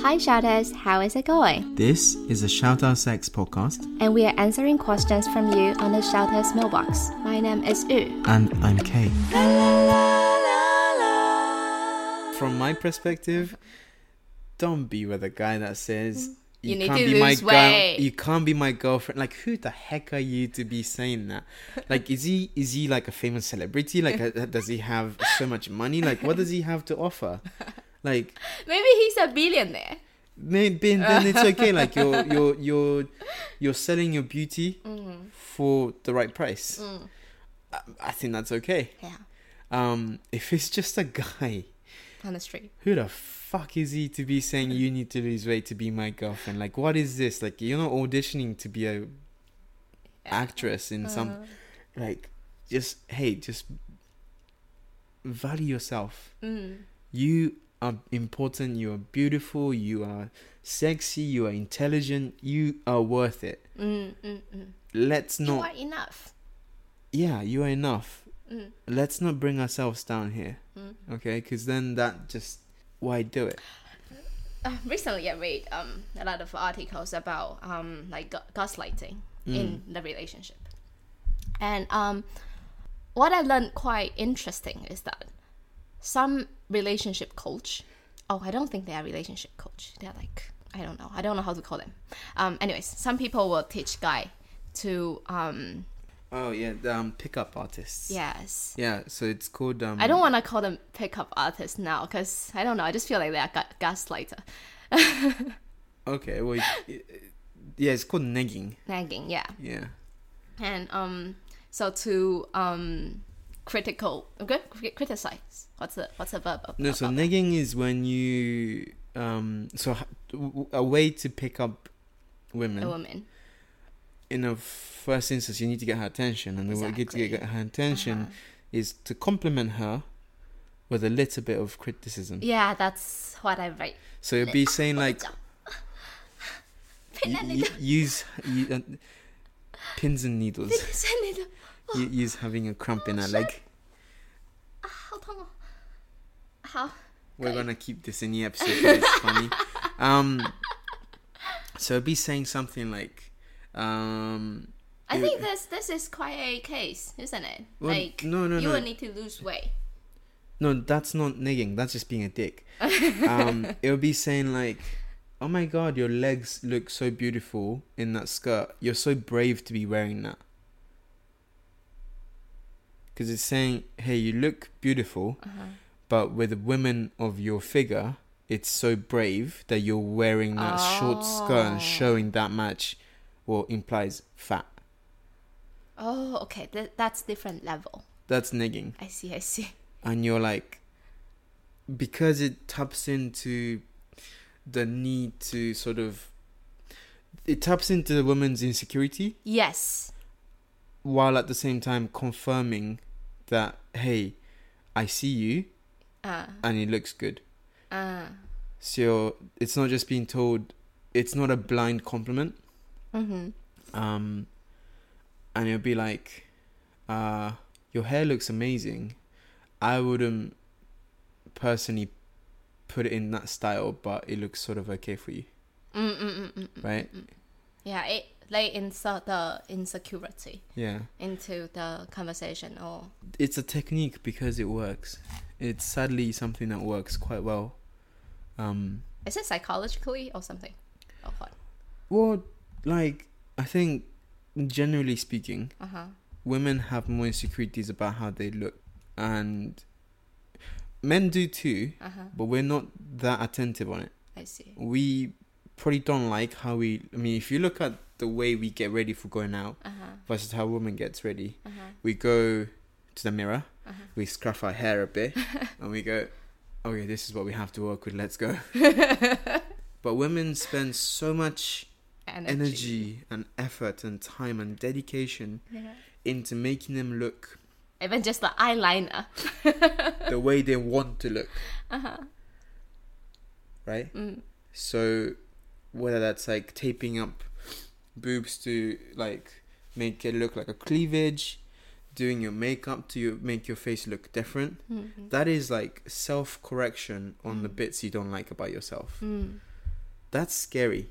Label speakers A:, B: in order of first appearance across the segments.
A: Hi, shouters, how is it going?
B: This is a Shout Out Sex podcast,
A: And we are answering questions from you on the shouters mailbox. My name is Yu.
B: and I'm Kay. From my perspective, don't be with a guy that says
A: You need to
B: my
A: lose
B: girl-
A: weight."
B: you can't be my girlfriend. Like, who the heck are you to be saying that? Like, is he is he like a famous celebrity? Like, uh, does he have so much money? Like, what does he have to offer? Like,
A: Maybe he's a billionaire.
B: maybe then it's okay. Like you're you're you're you're selling your beauty for the right price. I, I think that's okay.
A: Yeah,
B: Um, if it's just a guy,
A: on the street.
B: who the fuck is he to be saying you need to lose weight to be my girlfriend? Like, what is this? Like, you're not auditioning to be a actress in some like just hey just value yourself
A: Mm,
B: you are important you are beautiful you are sexy you are intelligent you are worth it
A: mm,
B: let's
A: You
B: not
A: are Mm. enough.
B: yeah you are enough let's not bring ourselves down here
A: Mm.
B: okay because then that just why do it
A: Uh, recently, I read um, a lot of articles about um, like gu- gaslighting in the relationship, and um, what I learned quite interesting is that some relationship coach. Oh, I don't think they are relationship coach. They're like I don't know. I don't know how to call them. Um, anyways, some people will teach guy to um,
B: oh yeah the, um pickup artists
A: yes.
B: yeah so it's called um
A: I don't want to call them pickup artists now because I don't know. I just feel like they are ga- gaslighter.
B: okay well yeah it's called negging
A: Nagging, yeah.
B: yeah
A: and um so to um critical okay cri- criticize what's the what's the verb of
B: No, so negging is when you um so h- w- w- a way to pick up women
A: a woman
B: in a first instance you need to get her attention and the way to get
A: Exactly. Uh-huh.
B: her attention is to compliment her with a little bit of criticism.
A: yeah that's what i write
B: So it'd be saying like y- y- use y- uh, pins and needles.
A: Oh,
B: y- use having a cramp in her leg.
A: ah,
B: We're gonna keep this in the episode. 'cause It's funny. Um, so it'd be saying something like, um,
A: i
B: it-
A: think this this is quite a case isn't it
B: Well,
A: like
B: no, no,
A: you
B: no.
A: will need to lose weight
B: No, that's not negging. That's just being a dick. Um, it would be saying like, "Oh my god, your legs look so beautiful in that skirt. You're so brave to be wearing that." Because it's saying, "Hey, you look beautiful, but with women of your figure, it's so brave that you're wearing that short skirt and showing that much, well, implies fat."
A: oh okay th- that's different level
B: That's negging.
A: i see i see
B: and you're like because it taps into the need to sort of it taps into the woman's insecurity
A: yes
B: while at the same time confirming that hey i see you
A: uh
B: and it looks good
A: uh
B: so it's not just being told it's not a blind compliment
A: mm-hmm.
B: um, and it'll be like, uh, "Your hair looks amazing." I wouldn't personally put it in that style, but it looks sort of okay for you,
A: mm, Mm-mm-mm-mm.
B: right?
A: yeah it they insert the insecurity
B: Yeah,
A: into the conversation or
B: it's a technique because it works. It's sadly something that works quite well. Um,
A: is it psychologically or something Oh, or what
B: well, like I think, generally speaking,
A: uh-huh
B: women have more insecurities about how they look and men do too
A: uh-huh
B: but we're not that attentive on it
A: i see
B: we probably don't like how we i mean if you look at the way we get ready for going out
A: uh-huh
B: versus how women gets ready
A: uh-huh
B: we go to the mirror
A: Uh-huh.
B: we scruff our hair a bit and we go okay this is what we have to work with let's go but women spend so much energy and effort and time and dedication
A: Yeah.
B: into making them look
A: even just the eyeliner
B: the way they want to look.
A: Uh-huh.
B: Right?
A: Mm.
B: So, whether that's like taping up boobs to like make it look like a cleavage, doing your makeup to your, make your face look different,
A: Mhm.
B: that is like self correction on the bits you don't like about yourself.
A: Mm.
B: That's scary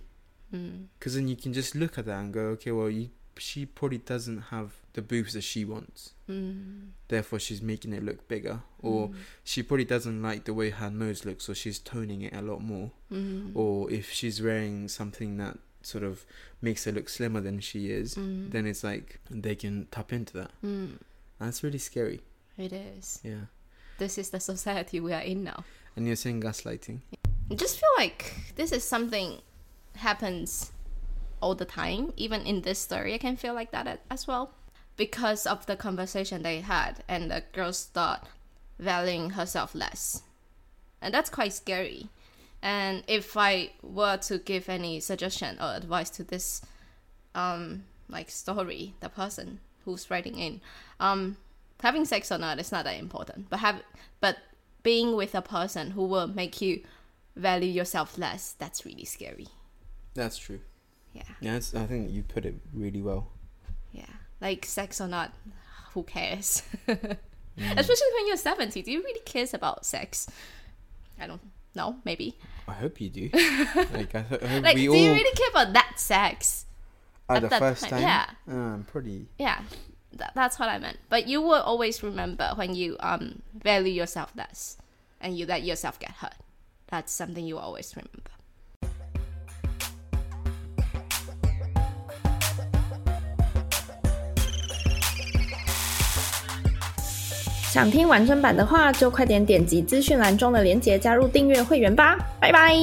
A: Mm.
B: because then you can just look at that and go, okay, well, you, she probably doesn't have the boobs that she wants.
A: Mm.
B: Therefore, she's making it look bigger, or she probably doesn't like the way her nose looks, so she's toning it a lot more.
A: Mm.
B: Or if she's wearing something that sort of makes her look slimmer than she is,
A: Mm.
B: then it's like they can tap into that.
A: Mm.
B: That's really scary.
A: It is.
B: Yeah.
A: This is the society we are in now.
B: And you're saying gaslighting?
A: I just feel like this is something happens all the time. Even in this story, I can feel like that a- as well because of the conversation they had, and the girl start valuing herself less, and that's quite scary. And if I were to give any suggestion or advice to this, um, like story, the person who's writing in, um, having sex or not, it's not that important. But have, but being with a person who will make you value yourself less, that's really scary.
B: That's true.
A: Yeah,
B: Yeah, that's, I think you put it really well.
A: yeah. Like sex or not, who cares?
B: Mm.
A: Especially when you're seventy, do you really cares about sex? I don't know. Maybe.
B: I hope you do. like, I, ho- I hope
A: Like,
B: we
A: do
B: all
A: you really care about that sex?
B: at
A: at
B: the
A: that
B: first
A: time,
B: time.
A: yeah.
B: Um, pretty.
A: Yeah, tha- that's what I meant. But you will always remember when you um value yourself less, and you let yourself get hurt. That's something you will always remember.
C: 想听完整版的话，就快点点击资讯栏中的链接加入订阅会员吧，拜拜。